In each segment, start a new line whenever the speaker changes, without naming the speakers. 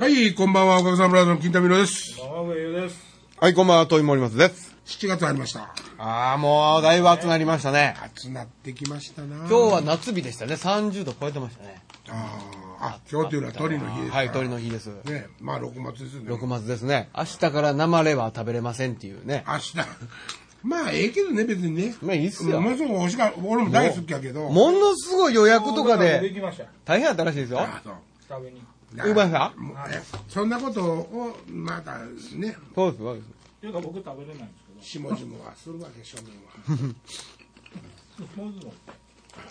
はい、こんばんは、おかげさんブラザーの金田美濃です。
長上優です。
はい、こんばんは、トイモリマスです。
7月ありました。
ああ、もう、だいぶ暑なりましたね。
暑なってきましたな。
今日は夏日でしたね。30度超えてましたね。
あーあ、今日というのは鳥の日ですから。
はい、鳥の日です。
ね、まあ、6月ですよね。
6月ですね。明日から生レバー食べれませんっていうね。
明日。 まあ、ええけどね、別にね。
まあいいっすよ
ものすごく美味しかった。俺も大好きやけど。
ものすごい予約とか
で
で
きました。
大変だったらしいですよ。
あそう
食べに。
だから
うまいさん
もうねそんなことを、またね、
そうです、そうです。
というか僕食べれないんですけ
下々はするわけ、庶民は。
ど。もう一度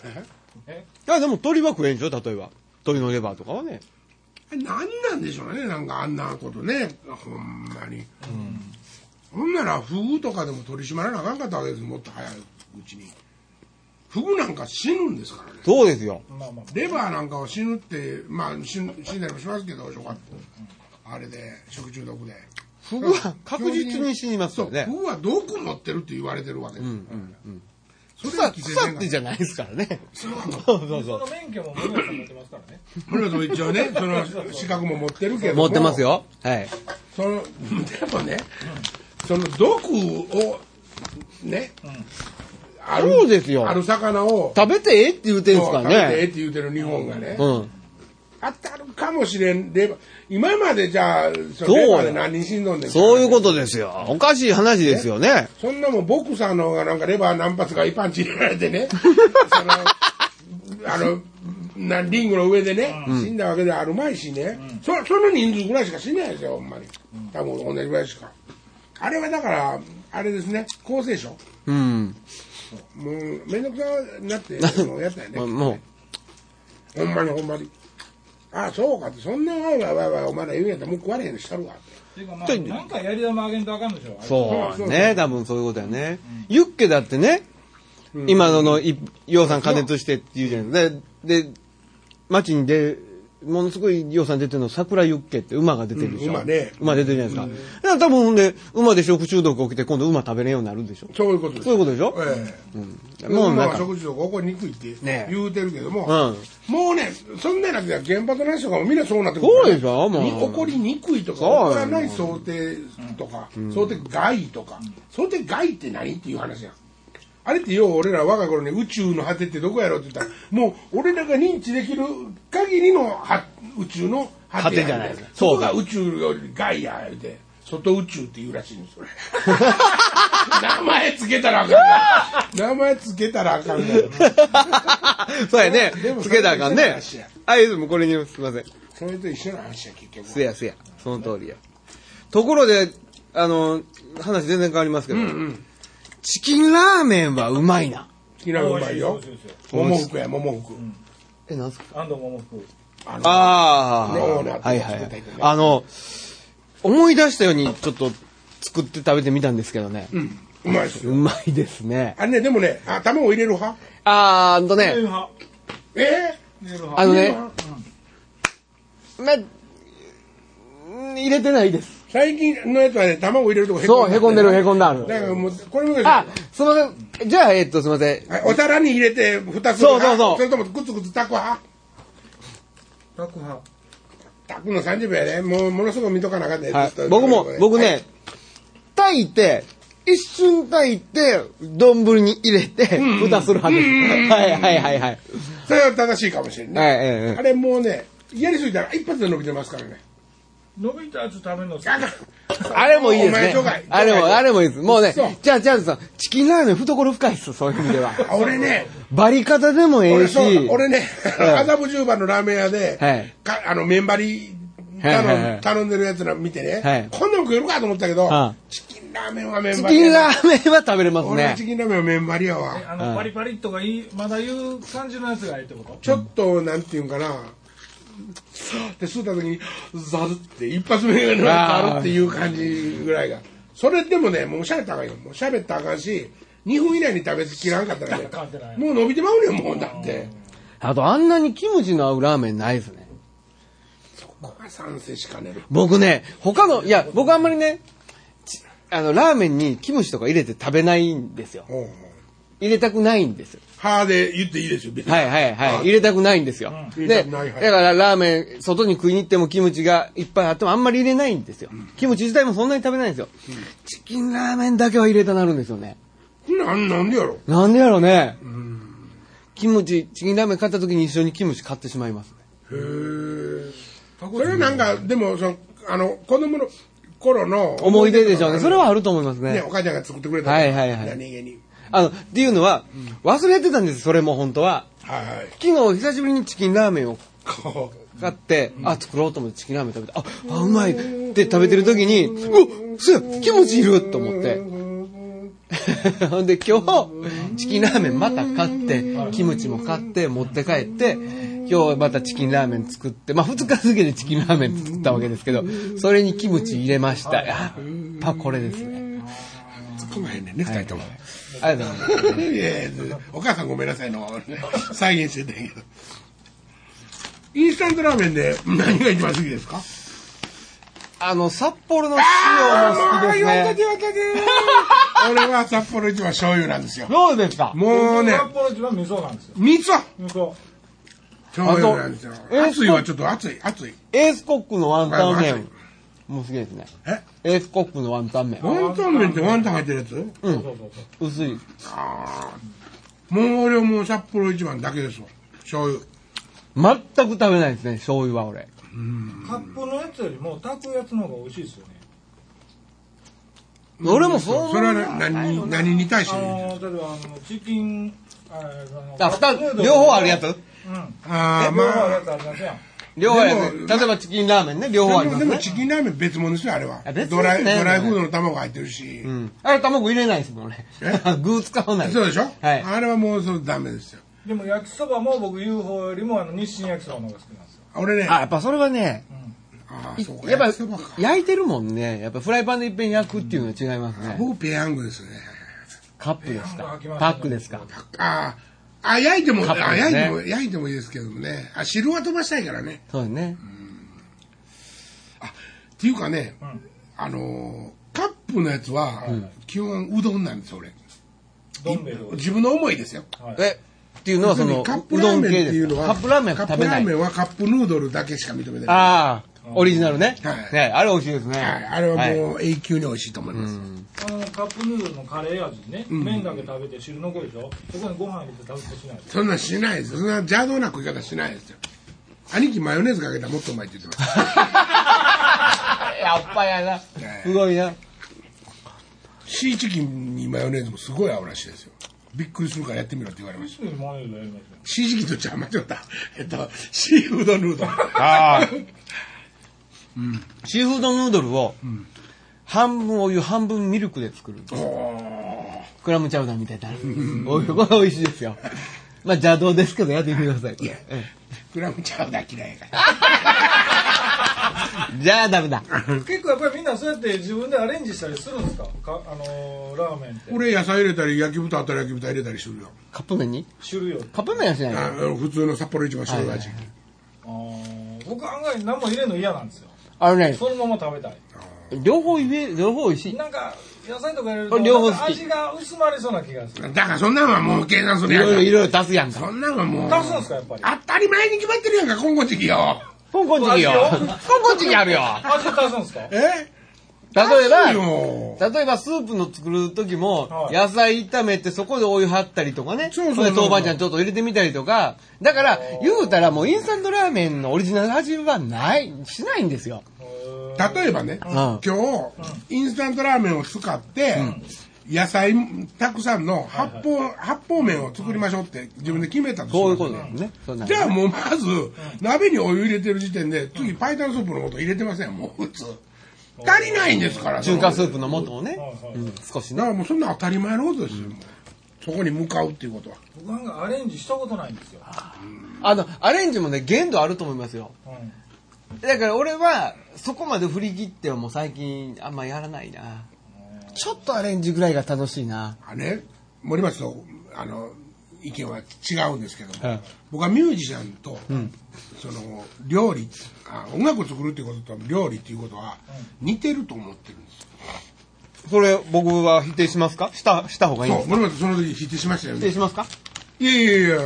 え
え
いや、でも鳥は食えんでしょ、例えば。鳥のレバーとかはね。
なんなんでしょうね、なんかあんなことね、ほんまに。ほんなら、フグとかでも取り締まらなあかんかったわけです、もっと早いうちに。フグなんか死ぬんですからね。
そうですよ。
まあまあ。
レバーなんかは死ぬって、まあ死ぬ死んだりもしますけど、よかったあれで、食中毒で。
フグは確実に死にます
そ
よ
う、
ね
フ。グは毒持ってるって言われてるわけです。それ
草、
は規制
草
線
っ
が
てじゃないですからね。
そうなの
そうそうそ。
そうの免許も僕が持ってますからね。
俺らと一応ね、その資格も持ってるけども。
持ってますよ。はい。
その でもね、その毒をね、ある
そうですよ
ある魚を
食べてええって言うてんす
そ
か
う
ら
食べてええっ
ね。
て言うてる日本がね、
うん。
当たるかもしれんレバー今までじゃあそ
そう
レバーで何人死んどんねん
そういうことですよ。おかしい話ですよね。
そんなもんボクサーの方がなんかレバー何発か一パンチ入れられて ねそのあのなリングの上でね、死んだわけであるまいしね、そその人数ぐらいしか死んでないですよほんまに多分同じぐらいしかあれはだからあれですね厚生省
うん。
もう面倒くさにな ってあのやったよね
まも
ほんまにほんまにああそうかってそんなわいわいわいわいお前ら言うんやったらもう食われへんのしたるわって
ていうかま
ち
あ、
ょい
なんかやり玉あげんとあかんでしょ。
う、
う。
そうね。多分そういうことやね。ユッケだってね、今のの、い洋さん加熱してって言うじゃないですか。で、で、街に出、ものすごい洋さん出てるの、桜ユッケって馬が出てるでしょ。
うん馬ね
馬出てるじゃないですか。だから多分ほんで、馬で食中毒起きて、今度馬食べれんようになるんでしょ。
そういうことです
そういうことでしょ。
ええ
も
も
う
う
なん
は
か、
食事とか起こりにくいって
ねえ
言うてるけども、
うん
もうね、そんなやつは原発の話とかもみんなそうなってく
そうでしょもう
に起こりにくいとか、起
そう
こらない想定とか、想定外とか、想定外って何っていう話やん。あれってよう俺ら若い頃に宇宙の果てってどこやろって言ったら、もう俺らが認知できる限りのは宇宙の果てや
果てじゃないですか
そこ
そう
が
そう
宇宙より外や言うて、外宇宙って言うらしいんです、そ れ。名前つけたらあかんな。名前つけたらあかんな。
そうやね
でも。
つけたらあか
そ
ん
れ
ね
が一緒や。
はい、でもこれに、すいません。
それと一緒の話や、結
せ
局。
やせや、その通りや。ところで、あの、話全然変わりますけど、チキンラーメンはうまいな。
好きなのうまいよ
美味しいです美味しいで。
桃福や、桃福。
え、なんすか
安藤桃福。
あの
ああ、
ね
はいはい
作
は
った
い
人ね。
あの、思い出したようにちょっと作って食べてみたんですけどね。
うまいです
う
よ。
まいですね。
あれね、でもね、あ、卵入れる派
あーあの
ネル
ね、
派。
え
ネル派。
あの
え
ね、ま、うん入れてないです。
最近のやつはね、卵入れるとこへ
そう、へこんでる、へこんである。
だからもう、これもですよ
あ、すいません。じゃあ、えっと、すいません。
はいお皿に入れて二つ
そうそうそう
それともグツグツ炊く派
タク派。
炊くの30秒やね。もう、ものすごく見とかなあかんね。
は
ずっと
い、僕も
これ、
僕
はい
ね、炊いて、一瞬炊いて、丼に入れて、蓋する派です。はいはいはいはい。
それは正しいかもしれんね。
はいええ
あれもうね、やりすぎたら一発で伸びてますからね。
伸びたやつ食べるの好き。
あかん
あれもいいで
お前ち
す
ょがい
ね。あれ
ちょ
も、
がい
あれもいいです。もうね
そう、
じゃあ、じゃあさん、チキンラーメン懐深いっす、そういう意味 では。
俺ね、
バリ方でもええ
俺
し。
そう、俺ね、
はい
麻布十番のラーメン屋で、
はい
かあの、メンバリ
は
頼
い
ん,、
はいはい
頼んでるやつら見てね、
はい
こんなの食えるかと思ったけど、
は
チキンラーメンはメン
チ
バリ
キン
や
ラ
な
ーメンは食べれます
俺はチ
ね。
キンラーメンはメンバリやわ。
あの、パリパリっとかいい、まだ言う感じのやつがいいってこと
ちょっと、なんていうんかな、さーって吸った時に、ザルって、一発目がザルっていう感じぐらいが。それでもね、もう喋ったらあかんよ。もう喋ったらあかんし、2分以内に食べきらんかったらね
食べてな、い
もう伸びてまうねん、もうだって。
あと、あんなにキムチの合うラーメンないですね。
ここは賛成しかねる。
僕ね、他の、いや、僕あんまりね、ちあの、ラーメンにキムチとか入れて食べないんですよ。
おう
入れたくないんですよ。
歯で言っていいですよ、別に
はいはいはい。入れたくないんですよ。
うん入れ
で、
たく
だ
ないはい
からラーメン、外に食いに行ってもキムチがいっぱいあってもあんまり入れないんですよ。キムチ自体もそんなに食べないんですよ。チキンラーメンだけは入れたなるんですよね。
なんなんでやろ。
なんでやろうね。キムチ、チキンラーメン買った時に一緒にキムチ買ってしまいますね。
へーそれはなんか、でも、その、あの、子供の頃の
思い出でしょうね。
と
そ
か
れはあると思います
ね、
ね
お。母ちゃんが作ってくれた。
はいはいはい
何気に。
あの、っていうのは、忘れてたんです、それも本当は。
はいはい。
昨日久しぶりにチキンラーメンを
こ
買って、あ、作ろうと思ってチキンラーメン食べて、あ、あうまいって食べてる時に、うわそうや、キムチいると思って。 ほんで今日、チキンラーメンまた買って、キムチも買って、持って帰って、今日またチキンラーメン作って、まあ2日続けてチキンラーメン作ったわけですけど、それにキムチ入れました。やっぱこれですね。
う、突っ込まへんねんね、二人とも。
ありがとうございます。
いやいやお母さんごめんなさいの、再現してたんやけど。インスタントラーメンで何が一番好きですか
あの、札幌の塩も好きです
あーもう言わんと
ね
け。言わんとけ俺は札幌一番醤油なんですよ。
どうですか
もうね
札、幌一番味噌なんですよ。
味噌
味噌。
醤油なんですよ。
えー
熱いはちょっと熱い、熱い。
エースコックのワンタン
はい
麺も好きですね。
え
エースコックのワンタン麺。
ワンタン麺ってワンタン入ってるやつ
そうそうそうそう。
薄い。
ああ。もう俺はもう札幌一番だけですわ。醤油。
全く食べないですね、醤油は俺。
カップのやつよりも炊くやつの方が美味しいですよね。
俺もそう
それはね何に、何に対して
あ
言うの
の例えばあのチキンあの
あ、二つ、両方あるやつ
うん。
ああ、
両方ある
ま
や
あ。
つありますやん。
両方あるや
でも
つ。例えばチキンラーメンね、両方あり
で
ま
も
す
でも
ね。
チキンラーメン別物ですよ、あれは
あ。別
ド
物
ラ
で
イ、
すね
ドライフードの卵入ってるし。
うん。あれ卵入れないですもんね
え。
具使わない。
そうでしょ
はい。
あれはもうそうダメですよ。
でも焼きそばも僕 UFO よりもあの日清焼きそばの方が好きなんですよ。
俺ね、
あ、
あ
やっぱそれはね、
あ、そうか。
やっぱ
焼きそばか
焼いてるもんね。やっぱフライパンでいっぺん焼くっていうのは違いますね。
僕ペヤングですね。
カップです
ペヤング
か
開きまし
パ
たね
ックですか
ああ、あ、焼いても、
カップ
あ
で
焼
す
い
ね
ても、焼いてもいいですけどもね。あ、汁は飛ばしたいからね。
そうですね。
っていうかね、
ん
あのーカップのやつは、基本うどんなんです、俺。
どん兵衛とか。
自分の思いですよ。
はい
え、っていうのはその、う
カップラー
どん
メンってい
系で
う
す
の
か
は、
カップラーメンは
カッ
食
プ
べ
ラ
な
ー
い
メ。ンはカップヌードルだけしか認めてない。
ああ、オリジナルね。
はい
ね、あれ美味しいですね。
はい、あれは
はい
もう永久に美味しいと思います。
あのカップヌードルのカレー味にね、麺だけ食べて汁残るでしょそこにご飯入れて食べてしないです
そんなんしないですよ。そんな邪道な食い方しないですよ。兄貴マヨネーズかけたらもっとうまいって言ってます。
やっぱやな。すごいな。
シーチキンにマヨネーズもすごい合うらしいですよ。びっくりするからやってみろって言われました。
すぐにマヨネーズやりまし
シーチキンとちゃう間違った。 えっと、シーフードヌードル。
ああ。 シーフードヌードルを、半分お湯、半分ミルクで作る。
おー
クラムチャウダーみたいな。おい、これ美味し いですよ。まあ邪道ですけど、やってみてください。
や
え
クラムチャウダー嫌いやから。
えじゃあダメだ。
た結構やっぱりみんなそうやって自分でアレンジしたりするんですかかあのーラーメンって
俺野菜入れたり焼き豚あったら焼き豚入れたりするよ、
カップ麺に
種類を
カップ麺はしない
あ
の
普通の札幌一番醤油味、
あー僕案外何も入れるの嫌なんですよ
あのね、
そのまま食べたい
両方入れ、両方美味しい。
なんか野菜とか入れる
ことれ両方好き
なんか味が薄まりそうな気がする
だからそんなんはもう計算す
い
るやん
ろいろ、い
か
ろいろ足すやんか。
そんなんはもう
出すんですかやっぱり
当たり前に決まってるやんか今後時期よ
コンコンチキよ。コ
味
ン
よ
コンチキあるよ。
味出すんですか
え
例えば、
よ
例えばスープの作る時も
は、い
野菜炒めてそこでお湯張ったりとかね、
そうそう
れで豆板醤ちょっと入れてみたりとか、だから、言うたらもうインスタントラーメンのオリジナル味はない、しないんですよ。
例えばね、今日インスタントラーメンを使って、野菜たくさんの発泡、発泡麺を作りましょうって自分で決めたとします
そういうことですね。そうなん
じ
です
ゃあもうまず、鍋にお湯入れてる時点で、次、パイタンスープのこと入れてません、もう普通。足りないんですから、
中華ス
ー
ープの素を
は
ね
い、はい
うん少し
だ
ね。
からもうそんな当たり前のことですよ、もうそこに向かうっていうことは。
僕案外アレンジしたことないんですよ、
あの、アレンジもね、限度あると思いますよ。
うん
だから俺は、そこまで振り切ってはもう最近あんまやらないな。ちょっとアレンジぐらいが楽しいな。
あね、森松と、あの、意見は違うんですけども、
はい
僕はミュージシャンと、その、料理あ、音楽を作るっていうことと料理っていうことは、似てると思ってるんですよ。
それ僕は否定しますかした、した方がいいん
そ
で
う
す
森本その時否定しましたよ
否
ね
定しますか
いやいやいや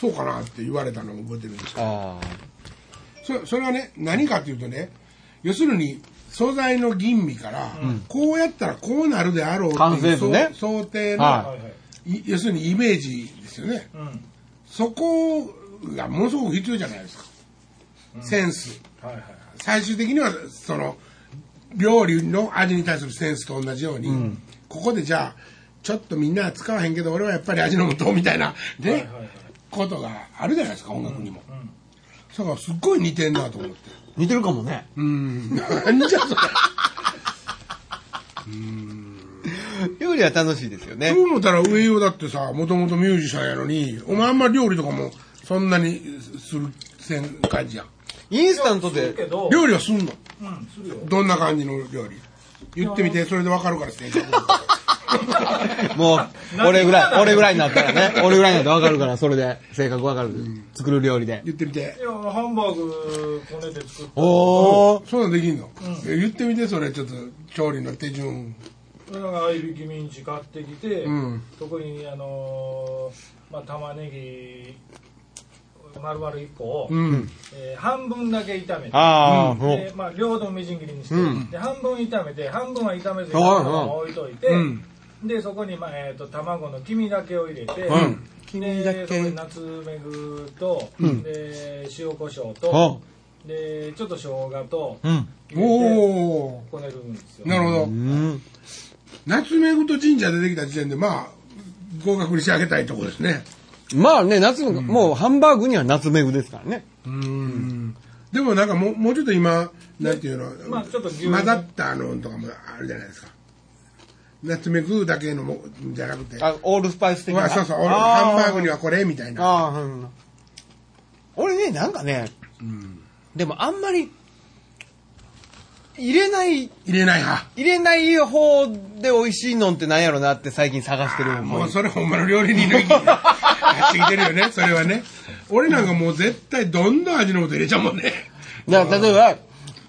そうかなって言われたのを覚えてるんですけど
あ
そそれはね何かというとね要するに素材の吟味から、こうやったらこうなるであろうって
完
い
成
う
図ね
想想定の、
は
はいはい
い要するにイメージですよね
うん
そこがものすごく必要じゃないですか、センス
はいはい
最終的にはその料理の味に対するセンスと同じように、ここでじゃあちょっとみんなは使わへんけど俺はやっぱり味の素みたいなね、
はいはいはい
ことがあるじゃないですか音楽にも、だからすっごい似てんなと思って
あ。似てるかもね。
うんなんじゃそれ
料理は楽しいですよね
そう。思ったら上尾だってさもともとミュージシャンやのにお前あんま料理とかもそんなにするせん感じやん
インスタント
するけ
で、
ど
料理はすんの
うんするよ
どんな感じの料理言ってみてそれでわかるから 正確に
もう、俺ぐらい、俺ぐらいになったらね、俺ぐらいになったらわかるから、それで、性格わかる。作る料理で。
言ってみて
いやハンバーグこねて作った
おー。
そうなんできんの、え言ってみてそれちょっと調理の手順
なんか合いびきミンチ買ってきて、
うん
そこにあのーまあ玉ねぎ丸々1個を、
うん
えー半分だけ炒めて
ああ、もう
で、まあ、両方ともみじん切りにして、で半分炒めて半分は炒めずに
はいはい
半分は置いといて、
うん
でそこに、まあえー、と卵の黄身だけを入れて、
うん
でそこにナツメグと、で塩コショウ
あ
と、でちょっと生姜と
うん。
入れて
おお
こねるんですよ
なるほど、
うん。
夏目ぐと神社出てきた時点でまあ合格に仕上げたいとこですね
まあね、夏目、もうハンバーグには夏目具ですからね。
うんでもなんかもうもうちょっと今なんていうの、
まあちょっと牛乳
混ざったのとかもあるじゃないですかナツメグだけのもじゃなくて
あ、オールスパイス的
ま
な。
あそうそう俺
あ
ハンバーグにはこれみたいな
ああ、うん。俺ね、なんかね、でもあんまり、入れない、
入れない派
入れない方で美味しいのんってなんやろなって最近探してる
も
思
う
い。
それほんまの料理人の意見 ややってきてるよねそれはね俺なんかもう絶対どんな味のこと入れちゃうもんね
だから例えば、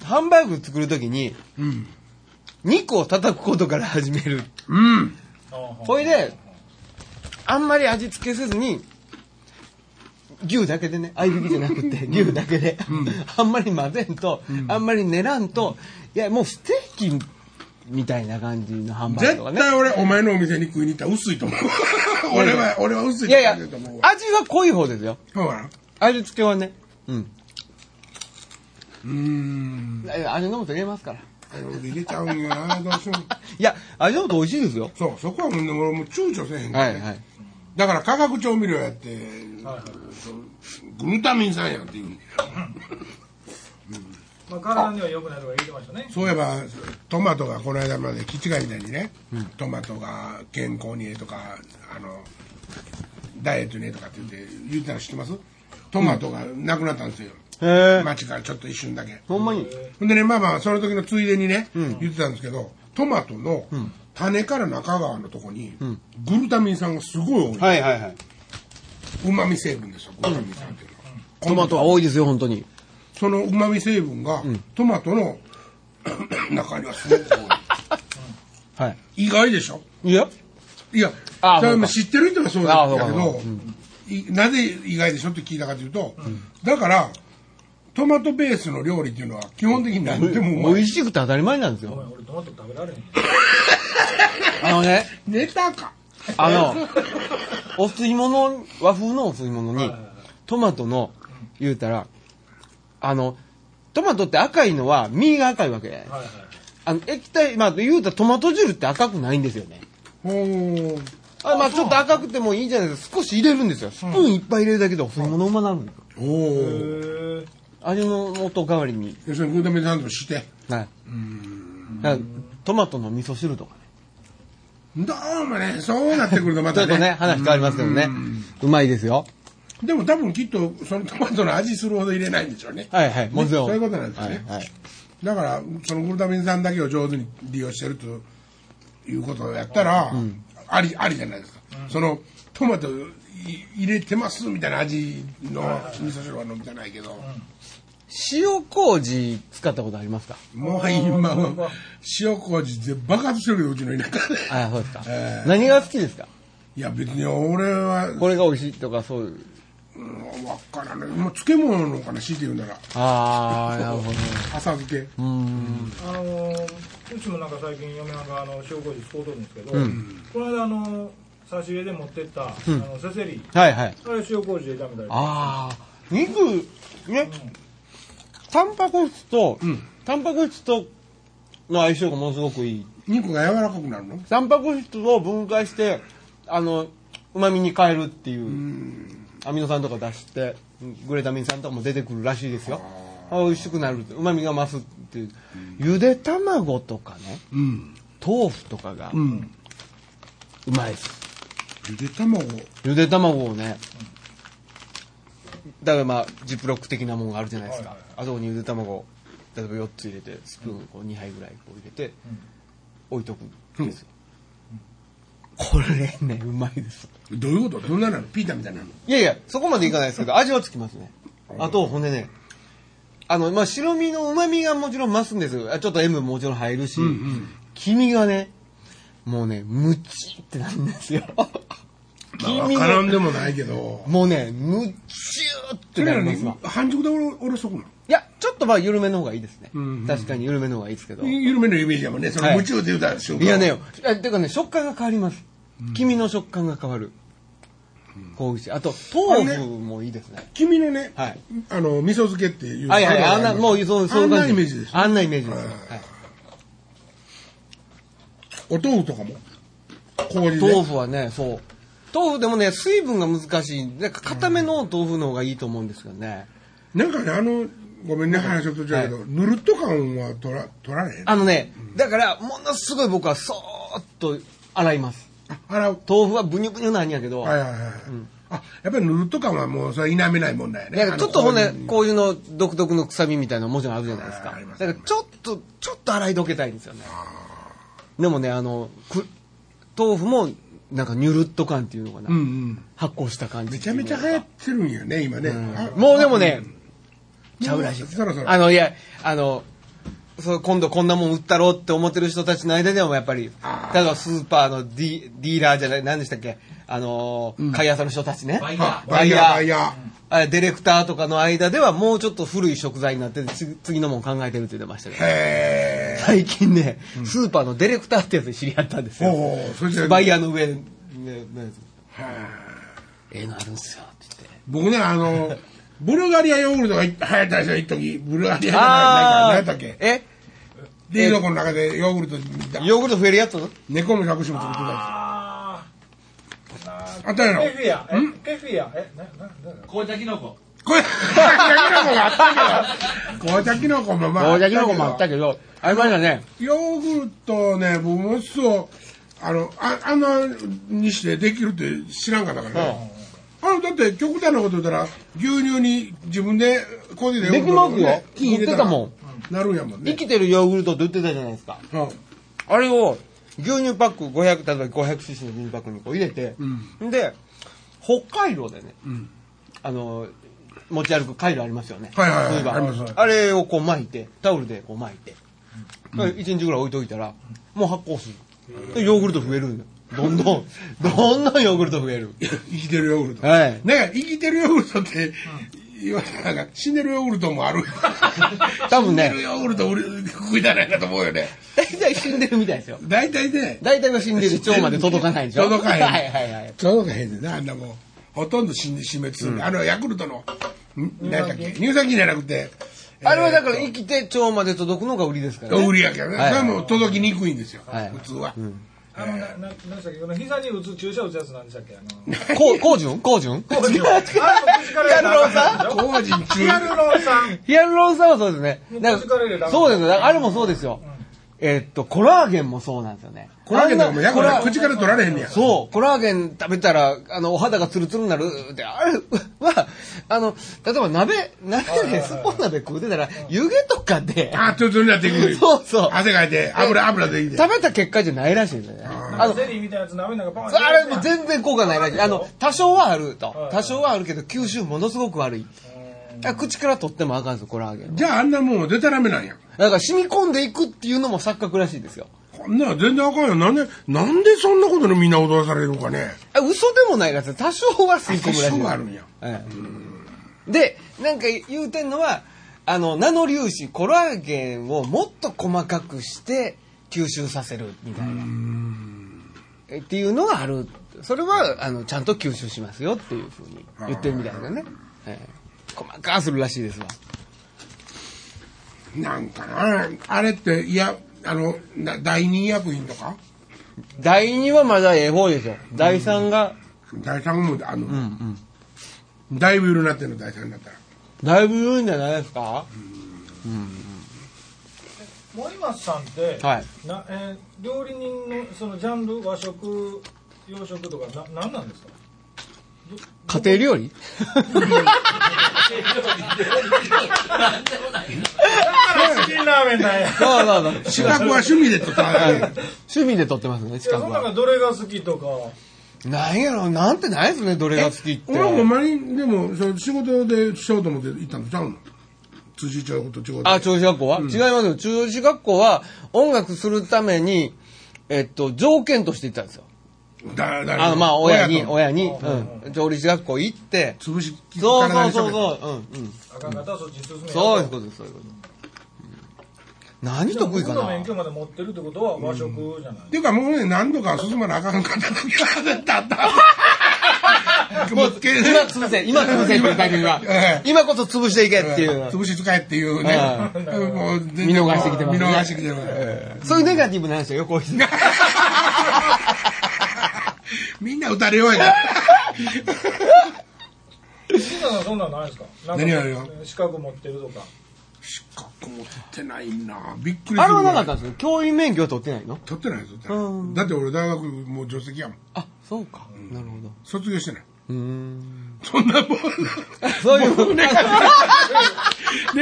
ハンバーグ作るときに、
うん
肉を叩くことから始める。
うん
ほいで、あんまり味付けせずに、牛だけでね、合いびきじゃなくて、牛だけで、あんまり混ぜんと、あんまり練らんと、いや、もうステーキみたいな感じのハンバーグとか
絶
ね。
対俺お前のお店に食いに行ったら薄いと思う 俺は俺は薄い
いやいや、
と
味
思うわ
は濃い方ですよ。
そうかな
味付けはね。うん。
うーん
え味の素入れますから。い
なるほど入れちゃうんよなどうしよう
や、味の素美味しいですよ。
そう、そこはもうね、俺もう躊躇せへんから
は
ね、
いはい。
だから化学調味料やって、
はいはい
グルタミン酸やんって言うんだよ
まあ、体には良くないとか言ってましたね。
そういえば、トマトがこの間まで、キチガイみたいにね、トマトが健康にええとか、あの、ダイエットにええとかって言って、言ってたの知ってますトマトがなくなったんですよ。
へえ。
街からちょっと一瞬だけ。
ほんまに。
ほんでね、まあまあ、その時のついでにね、言ってたんですけど、トマトの種から中側のとこに、グルタミン酸がすごい多い。
はいはいはい。
うまみ成分ですよ、グルタミン酸っていうのは。
トマトは多いですよ、本当に。
そのうまみ成分が、トマトの 中にはすごく多
はい。
い。意外でしょ
いや、
いや、
あー
それは
そう
まあ
か
知ってる人はそうだ
あーそう
け
かそう
ど
か、
いなぜ意外でしょって聞いたかというと、だから、トマトベースの料理っていうのは基本的に何でもうま
美
い。
味しくて当たり前なんです
ご
よ。
めん、俺トマト食べられへん。
あのね、
ネタか。
あの、お吸い物、和風のお吸い物に、トマトの、言うたら、あの、トマトって赤いのは、実が赤いわけ。
はいはい。
あの、液体、まあ、言うたらトマト汁って赤くないんですよね。
ほー
あまあちょっと赤くてもいいじゃないですか。少し入れるんですよ。スプーンいっぱい入れるだけでお吸い物うまなるんですよ。
おー
へえ。
味の素代わりに。
要するにグルタミン酸として。
はい。だからトマトの味噌汁とかね。
どうもね、そうなってくるとま
ち
た
ょっとね、
ね。
話変わりますけどね。うまいですよ。
でも多分きっと、そのトマトの味するほど入れないんでしょうね。
はいはい。もちろん。
そういうことなんですね
はいはい。
だからそのグルタミン酸だけを上手に利用してるということをやったら、ありありじゃないですか、そのトマトい入れてますみたいな味の味噌汁は飲みじゃないけど、
塩麹使ったことありますか
もう今は塩麹で爆発してるようちの田舎 で
あそうですか、
ええ
何が好きですか
いや別に俺は
これが美味しいとかそういう
うんわからないもう漬物のかな強いて言うなら
ああなるほど
浅漬け
うん
あのーうちもなんか最近嫁はんがあの塩麹使うとるんですけど、この間あの差し入れで持ってった、あのせせり
はいはい
あれ塩麹で炒めたり
ああ肉ねタンパク質と、タンパク質との相性がものすごくいい
肉が柔らかくなるの
タンパク質を分解してあのうまみに変えるっていうアミノ酸とか出してグレタミン酸とかも出てくるらしいですよあ美味しくなるうまみが増すっていうゆで卵とかね
うん
豆腐とかが
う
うんまいです、
ゆで卵
ゆで卵をねだからまあジップロック的なものがあるじゃないですか、
はいは
あそこにゆで卵を例えば4つ入れてスプーンこう2杯ぐらいこう入れて置いとくんですよ、これねうまいです
どういうことどんななのピータみたいなの
いやいや、そこまでいかないですけど、味はつきますね。あと、ほんでね、あの、まあ、白身の旨味がもちろん増すんですよ。あちょっと塩分ももちろん入るし、黄身がね、もうね、ムチってなるんですよ。
ま
黄
あ
身
わからん
が、
でもないけど
もうね、ムチューって
それ
な
ら
りま
に
すわ。
半熟でおろおろしとくの
いや、ちょっとまあ、緩めの方がいいですね。
んうん
確かに緩めの方がいいですけど。い
緩めのイメージやもんねその
はい
夢中で言うたらしょ
やね、あてかね、食感が変わります。黄身の食感が変わる。こう美味しい。あと、豆腐もいいですね。
君のね、
はい
あの味噌漬けっていう
はいはい、あんな、
の
もう、そう、そうい
あ
うん感
な
じ。
イメージです
あんなイメージです。はい
お豆腐とかも麹で
豆腐はね、そう。豆腐でもね、水分が難しい。なんか固めの豆腐の方がいいと思うんですけどね。
なんかねあのごめんね話ちょっと違うけど、
はい
ぬるっと感は取ら取られへん
あのね、だから、ものすごい僕はそーっと洗います。
あ洗う
豆腐はブニュブニュなんやけど、
はいはいはい、あやっぱりぬるっと感はもうそれ否めないもんだよね
なんかちょっとほん
あ
ね
の、
こういうの独特の臭みみたいなのもちろんあるじゃないですか。
あーあり
だ
ます
からちょっと、ちょっと洗いどけたいんですよね。でもね、あの、く豆腐も、なんかニュルっと感っていうのかな。
うんうん
発酵した感じ
め
っ
ち
てい
ゃ
う
め
のか。
ちゃ流行ってるんよね今ね、あ
もうでもね、ちゃうらしいです
そろそろ
あの、いや、あの、そう今度こんなもん売ったろうって思ってる人たちの間でもやっぱり、
あー
例えばスーパーのディディーラーじゃない、何でしたっけ、あのー、買い屋さんの人たちね。
バイヤ
あ
ー
バイヤーバイヤー
あディレクターとかの間ではもうちょっと古い食材になってて次次のもん考えてるって言ってましたけど
へえ
最近ね、スーパーのディレクターってやつに知り合ったんですよ
おうおうそれじゃ
バイヤーの上ののやつええのあるんすよって言って
僕ねあ のブルガリアヨーグルトが流行ったでしょ一時ブルガリアじゃないなんか何やったっけ
え
冷蔵庫の中でヨーグルト
ヨーグルト増えるやつ
猫も百種も作ってた
ああ
あったやろ
ケフィアえケフィアえななな
紅茶キノコ
これ、紅茶きのこもあった けど、紅茶きのこもまあ、
ゴージャキノコもあったけど、ありましたね。
ヨーグルトをね、僕もそう、あの、ああんなにしてできるって知らんかったからね。あの、だって極端なこと言ったら、牛乳に自分でコーディ
できますよ
金入れ
売ってたもん。
なるんやもん
生
ね。
きてるヨーグルトって売ってたじゃないですか。
うん
あれを、牛乳パック500、例えば 500cc の牛乳パックにこう入れて、で、北海道でね、あの、持ち歩くカイロありますよね。
はいはいはい
スーパー
ありますはい
あれをこう巻いて、タオルでこう巻いて、一1日ぐらい置いといたら、もう発酵する。で、ヨーグルト増えるんだよ。どんどん、 どんどんヨーグルト増える。
生きてるヨーグルト。
はい。
なんか、生きてるヨーグルトって、言われなんか、死んでるヨーグルトもある。
多分
死
ね
んでるヨーグルト売り食いたないなと思うよね。
大体死んでるみたいですよ。
大体ね、
大体が死んでる腸まで届かないでしょ
届かへん
はいはいはい。
届かへんねんなあんなもんほとんど死んで死滅する、あのヤクルトのん何やったっけ乳酸菌じゃなくて
あれはだから
えー
生きて腸まで届くのが売りですからね。
と売りやけどね、
はい
それはもう届きにくいんですよ、
はい
普通は、
あのなななんでしたっけこの膝に打つ注射打つやつなんでしたっけあの
こう、こうじゅんこうじゅん
あれも口からやらなあかんでしょ
工事中
ヒアルロン酸
ヒアルロン酸はそうですね。だ
口から入れ
か
た
らそうですよ。だからあれもそうですよ。えーっと、コラーゲンもそうなんですよね。
コラーゲンとか
あ
も
んな
ヤク
コ
ル
ラ
ト口から取られへんねや
そう、コラーゲン食べたら、あの、お肌がツルツルになる って、あれは、あの、例えば鍋、鍋で、スポン鍋食うてたら、湯気とかで、
あーちょっとになっていくる
そうそう
汗かいて油油でいいで
食べた結果じゃないらしいんですよね。あの、
ゼリーみたいなやつ鍋なんかパン
あれも全然効果ないらしい。あの、多少はあると
は。い
多少はあるけど、吸収ものすごく悪い。あ口から取ってもあかんぞ、コラーゲンは。
じゃああんなもんはでたらめなんや。
だから染み込んでいくっていうのも錯覚らしいですよ。
こんな全然あかんよ。なんで、なんでそんなことにみんな踊らされるかね。
あ嘘でもないらしい。多少は吸い込むらしい。
あ多少はあるんや
ええで、なんか言うてんのは、あの、ナノ粒子、コラーゲンをもっと細かくして吸収させるみたいな。えっていうのがある。それは、あの、ちゃんと吸収しますよっていうふうに言ってるみたいなね。ええ細かくするらしいですわ。
なんかな、あれって、いや、あの、な第二薬品とか、
第2はまだええ方でしょ。第3が、
第三も、あの、だいぶ緩なってんの、第三だったら。
だいぶ言うんじゃないですか、
森松さんって、
はい
なえー料理人のそのジャンル和食洋食とかな何なんですか
家庭料理
チキンラーメンなんやい
そうそうそう。
資格は趣味でと か、
趣味で撮ってますね、
や
近
そ
く
の中
は。
どれが好きとか
なんやろ、なんてないですね、どれが好きって。
俺はほんまに、でも、その仕事でしようと思って行ったのちゃうの辻ちゃうこと違う
あ、調子学校は、違いますよ。調子学校は音楽するために、えっと、条件として行ったんですよ。
だだ
あの、まあ、親に、
と
親に、うん。調理師学校行って、
潰し、
そうそう
体
そう
にしゃ
そう、うん、うん。
あかんかったらそっちに進めよ
そういうことです、そういうことです。うん何得意か
僕の
な
免許まで持ってるってことは和食じゃない、
っていうかもうね、何度か進まなあかんかった時があった。
も
も
う、
う、け
今潰せ、今潰せっていうタイミングが
ええ、
今こそ潰していけっていう。
潰し使えっていうね
は。
もう全然
見逃してきてますね
見逃してきてますえ
そういうネガティブな話はよく多いですね。
え。みんな打たれようや。
西田さんそんなんないですかなんか
何あるよ
資格持ってるとか
資格持ってないなびっくりする。
あれはなかったんですよ。教員免許は取ってないの
取ってないです
うん
だって俺大学もう助手席やもん。
あ、そうか。なるほど。
卒業してない。
うーん。
そんな もん。
そういう。
ネ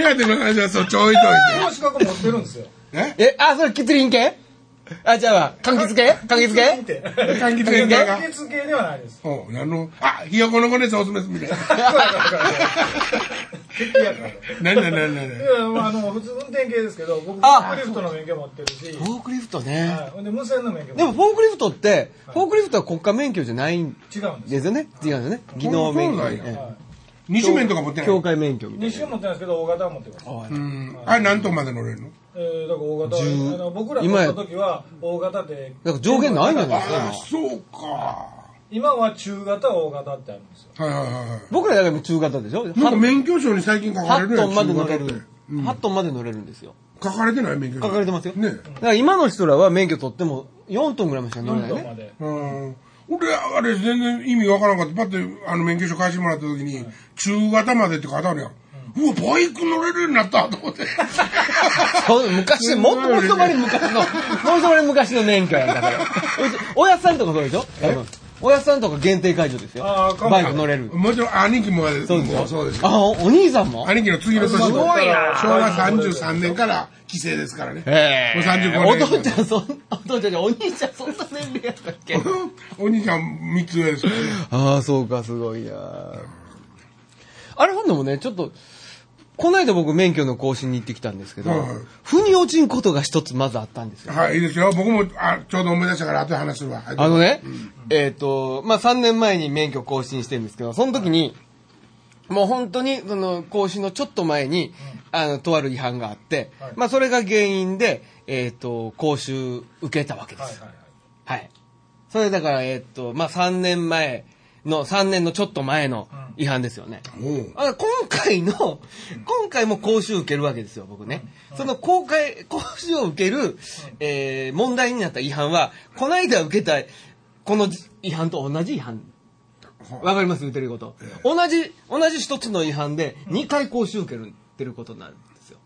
ガティブな話はそっち置いとい
僕も資格持ってるんですよ
て。え
え、あ、それ、キツリン系あ、じゃあ、柑橘系柑橘
見
系
て
柑橘系が
柑橘系ではないです
おう、やんの。あ、ひよこの子です、おすすめです、みたいな。
敵やから
なんだなんだなん
い
だ。
や、まあ、あの、普通運転系ですけど、僕、フォ
あ
ークリフトの免許持ってるし、
フォークリフトね。
はい、ほんで、無線の免許
でも、
も
フォークリフトって、フォークリフトは国家免許じゃないん
違うんです
で
よ。
すよね。違うんですよね。技能免許
そうなんや
ええ。
二種面とか持ってない。
教会免許みたい
二種持ってないですけど、大型は持ってます。
うん。あれ何トンまで乗れるの
えー、だから大型は、
十
あの僕ら
今
乗
や
った時は、大型で、
な。なんか上限ないんじゃないですか
ああ、
今
そうか。
今は中型、大型ってあるんですよ。
はいはいはいはい。
僕らだから中型でしょ
なんか
?8
免許証に最近書かれるや
ト
ん
ンまで乗れ
中型っ
る
て。
8トンまで乗れるんですよ。
書かれてない免許証。
書かれてますよ。
ね
だから今の人らは免許取っても4トンぐらいまでしか乗れな
4ト
いね
ン。まで。
うん。俺、あれ全然意味わからんかった。パッて、あの、免許証返してもらった時に、中型までって書いてあるやん。うわ、バイク乗れるようになったと思って。
そう昔、もっともっとまに昔の、もっとまに昔の免許やんだから。うちおやっさんとかそうでしょ多分おやっさんとか限定解除ですよ
あー。かも
バイク乗れる。
もちろん、兄貴も
そうです
も
よ。
うそうですよ。
あ、おお兄さんも。
兄貴の次の年
すごいな
昭和33年から規制ですからね。
え
もう35
お
年
父ちゃん、そん、お父ちゃんじゃ、お兄ちゃん、そんな年齢やったっ け
お兄ちゃん3つ上 ですからね。
ああ、そうか、すごいな。あれほんでもね、ちょっと、こないだ僕免許の更新に行ってきたんですけど
はいはい、
腑に落ちんことが一つまずあったんですよ。
はい、いいですよ。僕も、あ、ちょうど思い出したから後で話するわ。はい
あのね、えっ、と、まあ、3年前に免許更新してるんですけど、その時に、もう本当に、その、更新のちょっと前に、あの、とある違反があって、
はい
まあ、それが原因で、えっ、と、講習受けたわけで
はいはい
す。
はい。
はい。それだから、えっ、と、まあ、3年前の、3年のちょっと前の違反ですよね。
おう
あ今回の、今回も講習受けるわけですよ、僕ね。その公開、講習を受ける、えー問題になった違反は、この間受けた、この違反と同じ違反。わかります言ってること。同じ、同じ一つの違反で、2回講習受けるってることになるんですよ。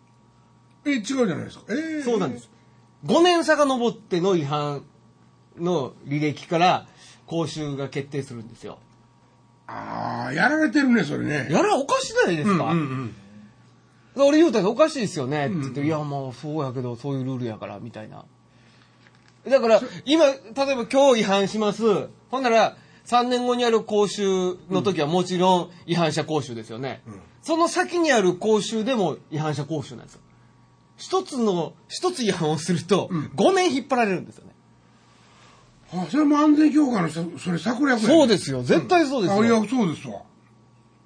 え、違うじゃないですか。えー
そうなんです。。5年遡っての違反の履歴から、講習が決定するんですよ。
ああ、やられてるね、それね。
やらおかしないですか、俺言うたらおかしいですよねって言って、いやもうそうやけどそういうルールやからみたいなだから今例えば今日違反しますほんなら3年後にある講習の時はもちろん違反者講習ですよね。その先にある講習でも違反者講習なんですよ。一つの、一つ違反をすると、5年引っ張られるんですよね。
あそれも安全強化の人それ策略や
そうですよ。絶対そうですよ。
あいやそうですわも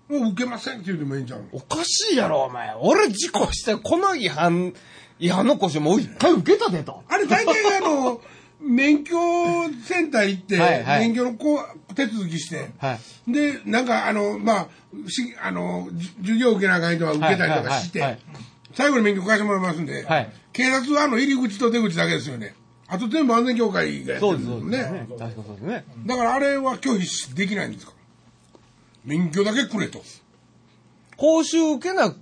う受けませんって言うてもいいんちゃう
おかしいやろ、お前。俺事故して、この違反、違反の講習もう一回受けたでと。
あれ大体あの免許センター行って、
はいはい
免許のこう手続きして、
は
でなんかあのまあしあのじ授業受けなあかん人は受けたりとかして、
はいはいはい
最後に免許返してもらいますんで、
はい
警察はあの入り口と出口だけですよねあと全部安全協会がやって
そう
る
です、
ん
そう
で
ですす
ね
ね。確かにそうですね。
だからあれは拒否できないんですか免許だけくれと
講習受けな、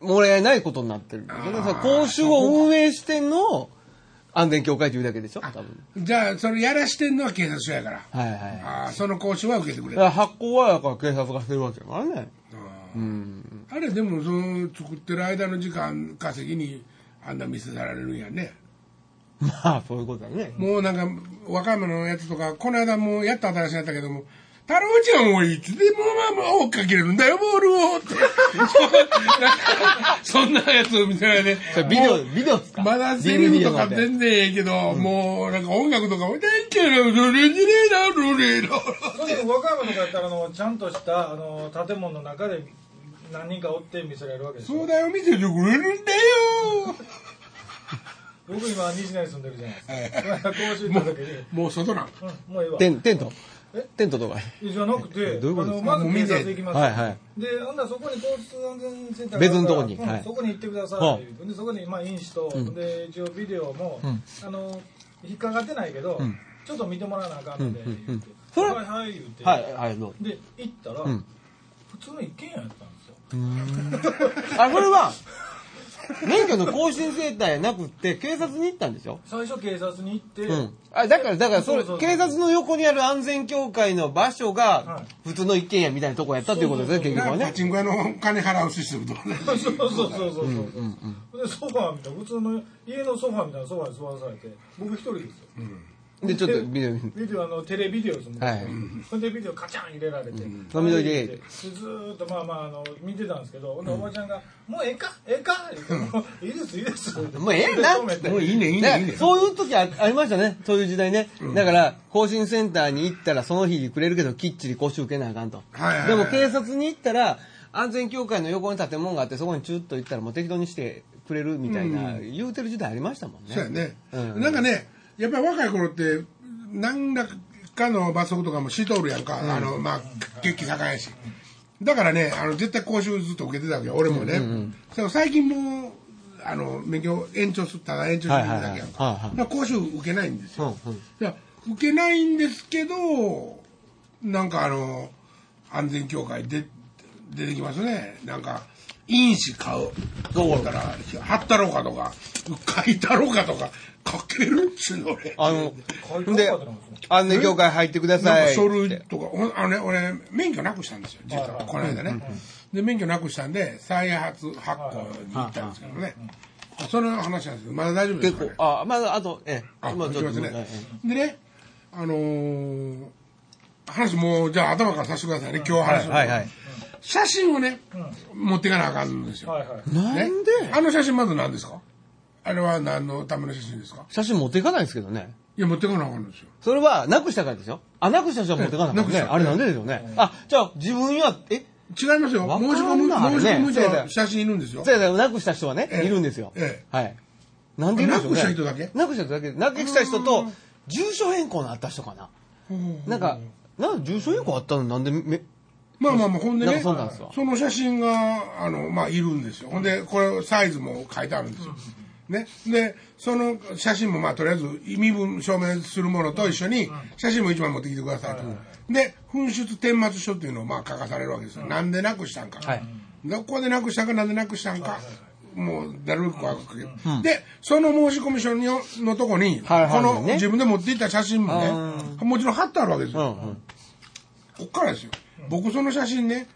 もらえないことになってるんだけどさ、講習を運営してんのを安全協会というだけでしょ多分。
じゃあそれやらしてんのは警察署やから、
はいはい。だか
ああその講習は受けてくれ
ら発行は、だから警察がしてるわけだからね。
あれでもその作ってる間の時間稼ぎにあんな見せられるんやね
まあ、そういうことだね。
もうなんか若い者のやつとかこの間もうやった新しいやったけども太郎ちゃんもいつでもまあまあ追っかけるんだよボールをってそんなやつを見せられて
それビデオ、ビデオですか
まだセリフとか
DVD で
全然ええけど、もうなんか音楽とかも「なんちゃらルレジレラルレラ」
それでも若い子とかやったらあのちゃんとしたあの建物の中で何人かおって見せられるわけです
そう
よ
だよ見せてくれるんだよ
僕今西成住んでるじゃない ですか講習行った時に、
もう外なん
うん、もうええわ
テンテント
え。
テントとか。
じゃなくて、
どういうことですか
あのまず警察行きます。
はいはい
で、あんならそこに交通安全センターがあるから
別のとこに
うん
はい
そこに行ってくださいって言う。で、そこにまあ飲酒と、で一応ビデオも、あの引っかかってないけど、ちょっと見てもらわなあかんので、言って
それは
はいはい言って、
はい、はい、どうぞ
で行ったら、普通の一軒家やったんですよ。
あ、これは、免許の更新センターやなくって、警察に行ったんですよ。
最初警察に行って、
うん。あ、だから、だから、それ、
そうそうそう
警察の横にある安全協会の場所が
は、
普通の一軒家みたいなとこやったっていうことですね、
そうそう
結局は
パ
ね。
チンコ屋の金払うシステムとかね
そうそうそうそうそう。でソファーみたいな普通の家のソファーみたいなソファーに座らされて、僕一人ですよ。
で、ちょっとビデオ見て。
ビデオあのテレビデオですもん、
はい
ほんでビデオカチャン入れられて、
飲みの家
でずーっとまあまああの見てたんですけど、ほんでおばちゃんが「もうええかええか?」言ってもういいですいいです」
もうええなっつって。
もういいねいいね
だから
いいね
そういう時あありましたね。そういう時代ね。だから、更新センターに行ったらその日にくれるけど、きっちり講習受けなあかんと。
はいはい
で
はい
も警察に行ったら、安全協会の横に建物があって、そこにチュッと行ったらもう適当にしてくれるみたいな、言うてる時代ありましたもんね。
そうやね、
うん
なんかねやっぱり若い頃って何らかの罰則とかもしとるやんか、あのまあ血気盛んやしだからねあの絶対講習ずっと受けてたわけよ俺もね、でも最近もうあの免許延長するただ延長するだけやんか,、
はいはいはいはいはい
講習受けないんですよ、
うんうん
いや受けないんですけどなんかあの安全協会で出てきますねなんか因子買うどう思ったら貼ったろうかとか書いたろうかとか書けるっつうの俺
あの
書い、てな
で
かったな、
安全協会入ってくだ
なん
さ
か
い。
書類とかほんあのね俺免許なくしたんですよ実はこの間ねで免許なくしたんで再発発行に行ったんですけどねその話なんですけどまだ大丈夫です
結
か、ね
構、、あ、まあ、あと、ええ、
あ、
今
行きます
ごめんな
ね
さい。
でね、あのー話もう、じゃあ頭からさせてくださいね、今日話すの
はいはい。
写真をね、持っていかなあかんんですよ。
はいはい
なんで
ねあの写真まず何ですかあれは何のための写真ですか
写真持っていかないですけどね。
いや、持っていかなあかんんですよ。
それは、なくしたからですよ。あ、なくした人は持っていかないから
ええな
ね。
くした
あれなんででしょうね。あ、じゃあ、自分や、え
違いますよ。
わか
申し込
ん
む、
ない
申し込む
ね
じ
そうだ
ゃ
よ
写真いるんですよ。
そうやなくした人はね、
ええ
いるんですよ。
え
はい。なんでいるんでしょう
なく
ね。
した人だけ
なくした人だけ。なくした人と、住所変更のあった人かな。なんか、なんで住所変更あったのなんでめ、
まあまあまあ、ほんで
なん
ね、
か
そ
そうなんですわ
の写真が、あの、まあ、いるんですよ。ほんで、これ、サイズも書いてあるんですよ。ね。で、その写真も、まあ、とりあえず、身分証明するものと一緒に、写真も一枚持ってきてくださいと。で、紛失顛末書っていうのを、まあ、書かされるわけですよ。なんでなくしたんか。
はい
どこでなくしたんか、なんでなくしたんか。もう、なるべく怖く書けで、その申込書ののとこに、
はいはい
この
ね
自分で持っていった写真もね、もちろん貼ってあるわけですよ。
うんうん。
こっからですよ。僕その写真ね、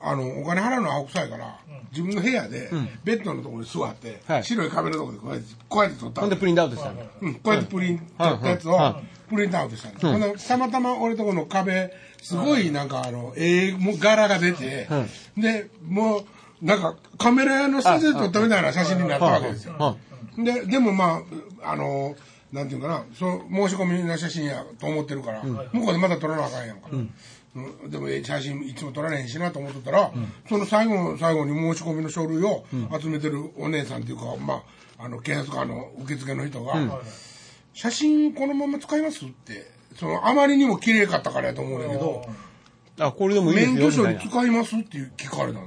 あの、お金払うのは青臭いから、自分の部屋で、ベッドのところに座って、
はい
白い壁のところでこうやって、こうやって撮った
ほん
の
でプリントアウトしたの
うん、こうやってプリントったやつをプリントアウトしたんです、ほんでたまたま俺とこの壁すごいなんかあのええもう柄が出て、でもうなんかカメラの下で撮ったみたいな写真になったわけですよ、
は
ででもまああのなんていうかなその申し込みの写真やと思ってるから、向こうでまた撮らなあかんやんか、うんでもええ写真いつも撮られへんしなと思ってたら、その最後の最後に申し込みの書類を集めてるお姉さんっていうか、まあ、あの警察官の受付の人が、写真このまま使いますってそのあまりにも綺麗かったからやと思うんだけど
あこれでもいいですよ
免許証
み
に
たい
使いますって聞かれたの
な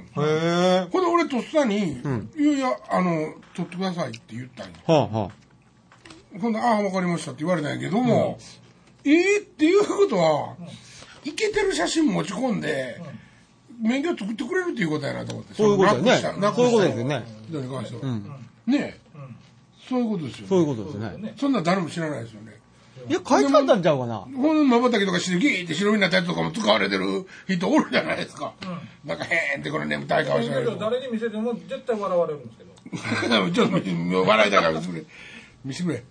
へえ
ほんで俺とっさに「いやいやあの取ってください」って言ったんよ
はあは
ほんで「ああ分かりました」って言われたんやけども、えーっていうことはイケてる写真持ち込んで、免許作ってくれるっていうことやなと思って
そういうこと
そ
よ
のなくした
ねそういうことですよね
人に関しては、ねえ、そういうことですよ、ね、
そういうことで
そ
す
うです
ね
ね
そんなん誰も知らないですよね
いや書いてあったんちゃうかな
ほんまばたきとかしてギーって白身になったやつとかも使われてる人おるじゃないですか、なんかへーんってこの眠たい顔してる
けど誰に見せても絶対笑われるんですけど
ちょっと見笑いだから見せてくれ見せてくれ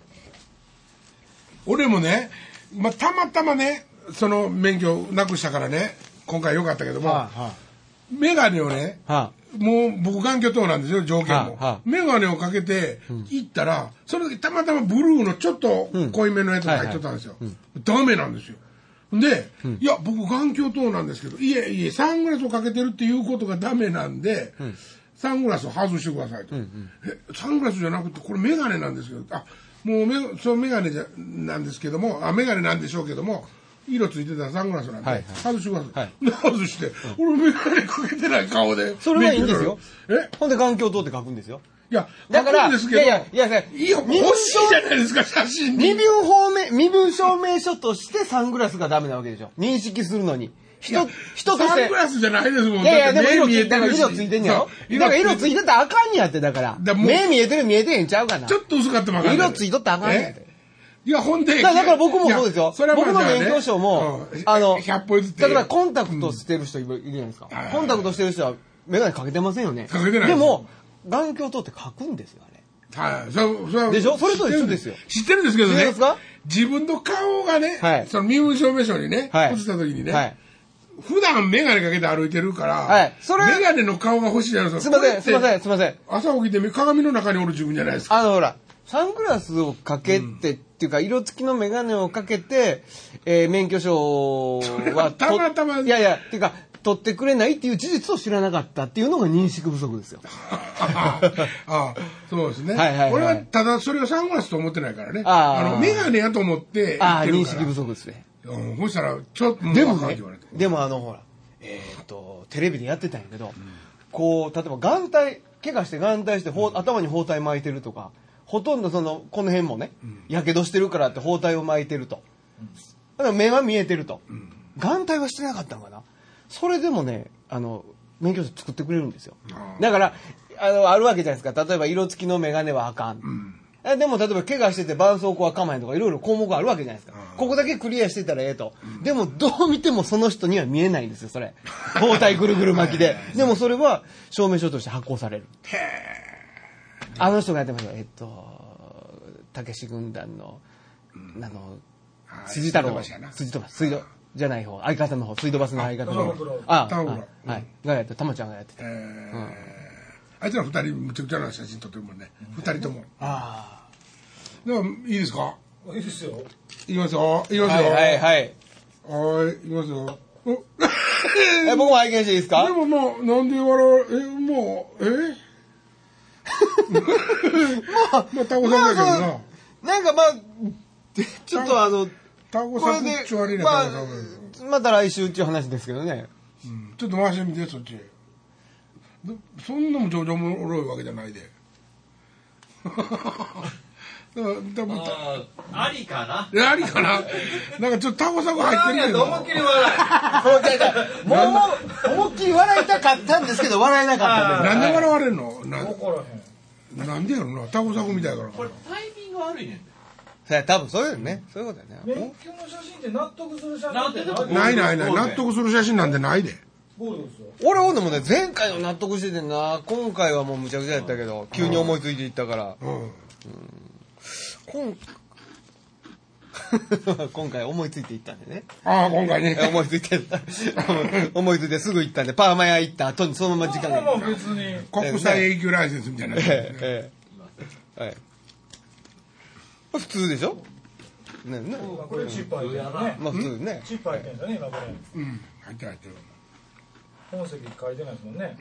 俺もね、まあ、たまたまねその免許なくしたからね今回良かったけども、
はいは
メガネをね
いは
もう僕眼鏡等なんですよ条件も、
はあはあ
メガネをかけて行ったら、その時たまたまブルーのちょっと濃いめのやつが入っとったんですよ、ダメなんですよで、いや僕眼鏡等なんですけどいえいえサングラスをかけてるっていうことがダメなんで、サングラスを外してくださいと、えサングラスじゃなくてこれメガネなんですけどあもうメそのメガネじゃなんですけどもあメガネなんでしょうけども色ついてたサングラスなんで、
はいはい
外してくださ、
はい
外して、俺メガネかけてない顔で
いそれはいいんですよ
え
ほんで眼鏡灯って書くんですよ
いや、
だから
わるんですけど
いやいやいやいや
いや欲しいじゃないですか、写真に。
身分方面、身分証明書としてサングラスがダメなわけでしょ。認識するのに。人、人とし
サン
て
グ。ラスじゃないですもん。
いやいや、
だ
で
って
も
目
色つ
見えてる
いてる、
し
色ついてんねやろ
そう
だから色つい
て
てたらあかんやって、だから。
だもう
目見えてる見えてへんちゃうかな。
ちょっと薄かったもん
色ついとったらあかんやって
え。いや、ほんで。
だからだから僕もそうです
い
よ
や。それはまあ
僕の
じゃあね
免許証も
うん、
あの、
100歩ずつ。
だからコンタクトしてる人いるじゃないですか
はいは。い
コンタクトしてる人は眼鏡かけてませんよね。
かけてない
でも、眼鏡灯って書くんですよ、あれ。
はい、そそれは
でしょそれと一緒
知ってるん
ですよ
知ってるんですけど
知って
ね
ますか。
自分の顔がね、
はい
その身分証明書にね、
はい
映った時にね、
はい。
普段メガネかけて歩いてるから、
はいそれ
メガネの顔が欲しいじゃないですす
い
か。
ません、すいません、すいません。
これって朝起きて鏡の中におる自分じゃないです か。
あのほら、サングラスをかけて、っていうか、色付きのメガネをかけて、えー免許証はと
たまたま
いやいや、っていうか、取ってくれないっていう事実を知らなかったっていうのが認識不足ですよ。
ああそうですね、
はいはいはい
俺はただそれをサングラスと思ってないからね
ああ
のメガネやと思って
あ
や
あ、
ってる
認
から
識不足ですね。
うんそしたらちょっともう
でも
あかんって
ね
言われて、
でもあのほら、えーっと、テレビでやってたんやけど、こう、例えば眼帯、怪我して眼帯して、ほう頭に包帯巻いてるとか、ほとんどその、この辺もね、やけどしてるからって包帯を巻いてると。だから目は見えてると。眼帯はしてなかったのかな。それでもね、あの、免許証作ってくれるんですよ。だから、あの、あるわけじゃないですか。例えば色付きの眼鏡はあかん。あでも例えば怪我してて絆創膏は構えんとかいろいろ項目あるわけじゃないですか。ここだけクリアしてたらええと。でもどう見てもその人には見えないんですよ、それ。包帯ぐるぐる巻きで。でもそれは証明書として発行される。あの人がやってました。えっと、たけし軍団の、あの、
はい
辻太郎
水道橋やな、
辻とか、水道、じゃない方、相方の方、水道バスの相方の
玉
方
袋。
あ、
玉袋
はいはい。がやって、たまちゃんがやって
え
た。
ーあいつら二人むちゃくちゃな写真撮ってるもんね二人とも
あ
でもいいですか
いいですよ
いきますよいきます
は
よ
いはいはい。
はいいきますよお
え、僕も拝見していいですか
でももうなんで笑うえもうえまあタコさんだけどな
なんかまあ、ちょっとあの、
タコ
こ
さ
れ
ん
で
っちゅう悪い、な
ま
タコさ
あ
んだけど、
また来週っていう話ですけど ね。
ちょっと回してみてそっちどそんなも上々もろいわけじゃないでだから多分た
ありかな。
えありかななんかちょっとタコサコ入ってるけど
思いっきり笑
もう、もう、思いっきり笑いたかったんですけど、笑えなかった
なん
んで
で笑われんのな
分からへん
なんでやろなタコサコみたいやからか
これ
な
タイミング悪いねん。
す。そう多分そういうのね。そういうことだよね。
免許の写真って納得する写真って
なんでだと
ないないない
そうね
納得する写真なんてないで
ゴールドですよ。
俺ほんでもね前回は納得しててんな今回はもうむちゃくちゃやったけど急に思いついていったから、
うん
今 今回思いついていったんでね
ああ、今回ね。
え 思いついて思いついてすぐ行ったんでパーマ屋行った後にそのまま時間
も
が
う別に。
国際永久ライセンスみたいな。
ええええはい普通でしょねね
これチップ入ってるね。
まあ普通ね
チップ入ってんだね、今これ。
うん。入ってる入ってる。
本籍書いてないですもんね。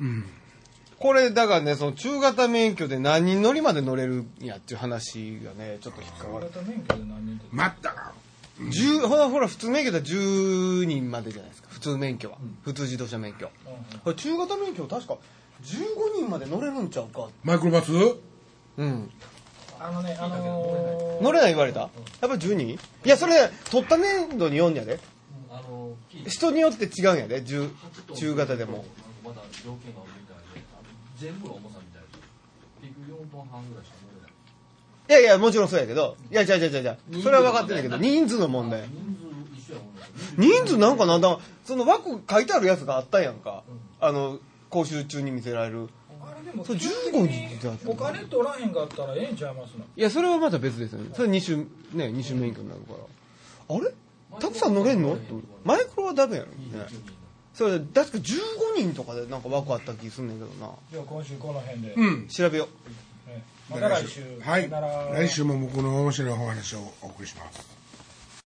これだからねその中型免許で何人乗りまで乗れるんやっていう話がねちょっと引っかか
大
る
型免許で何人って。
待ったか。
10ほらほら普通免許だったら10人までじゃないですか普通免許は、普通自動車免許、これ中型免許確か15人まで乗れるんちゃうか
マイクロバス
うん
あのね、あのー、
乗れない言われたやっぱり10人いやそれ取った年度に4やで
あの聞いて
人によって違うんやで10中型でも
まだ条件が重いみたいであの全部の重さみたいで結局4トン半ぐらいしか乗れない
いやいやもちろんそうやけどいや違う違う違う違うそれは分かってないけど人数の問題
人数一緒やもんね
人数なんかなんだその枠書いてあるやつがあったやんかあの講習中に見せられる
あれでも、
そう
基本
15
的
人
にお金取らへんかったらええんちゃいますの。
いやそれはまた別ですよねそれ2種ね二種免許になるからあれたくさん乗れんのってマイクロはダメやろねそれ確か15人とかでなんか枠あった気すんねんけどな
じゃあ今週この辺で。
うん。
調べよ
ええまた来週。
はい。
さよなら
来週も僕の面白いお話をお送りします。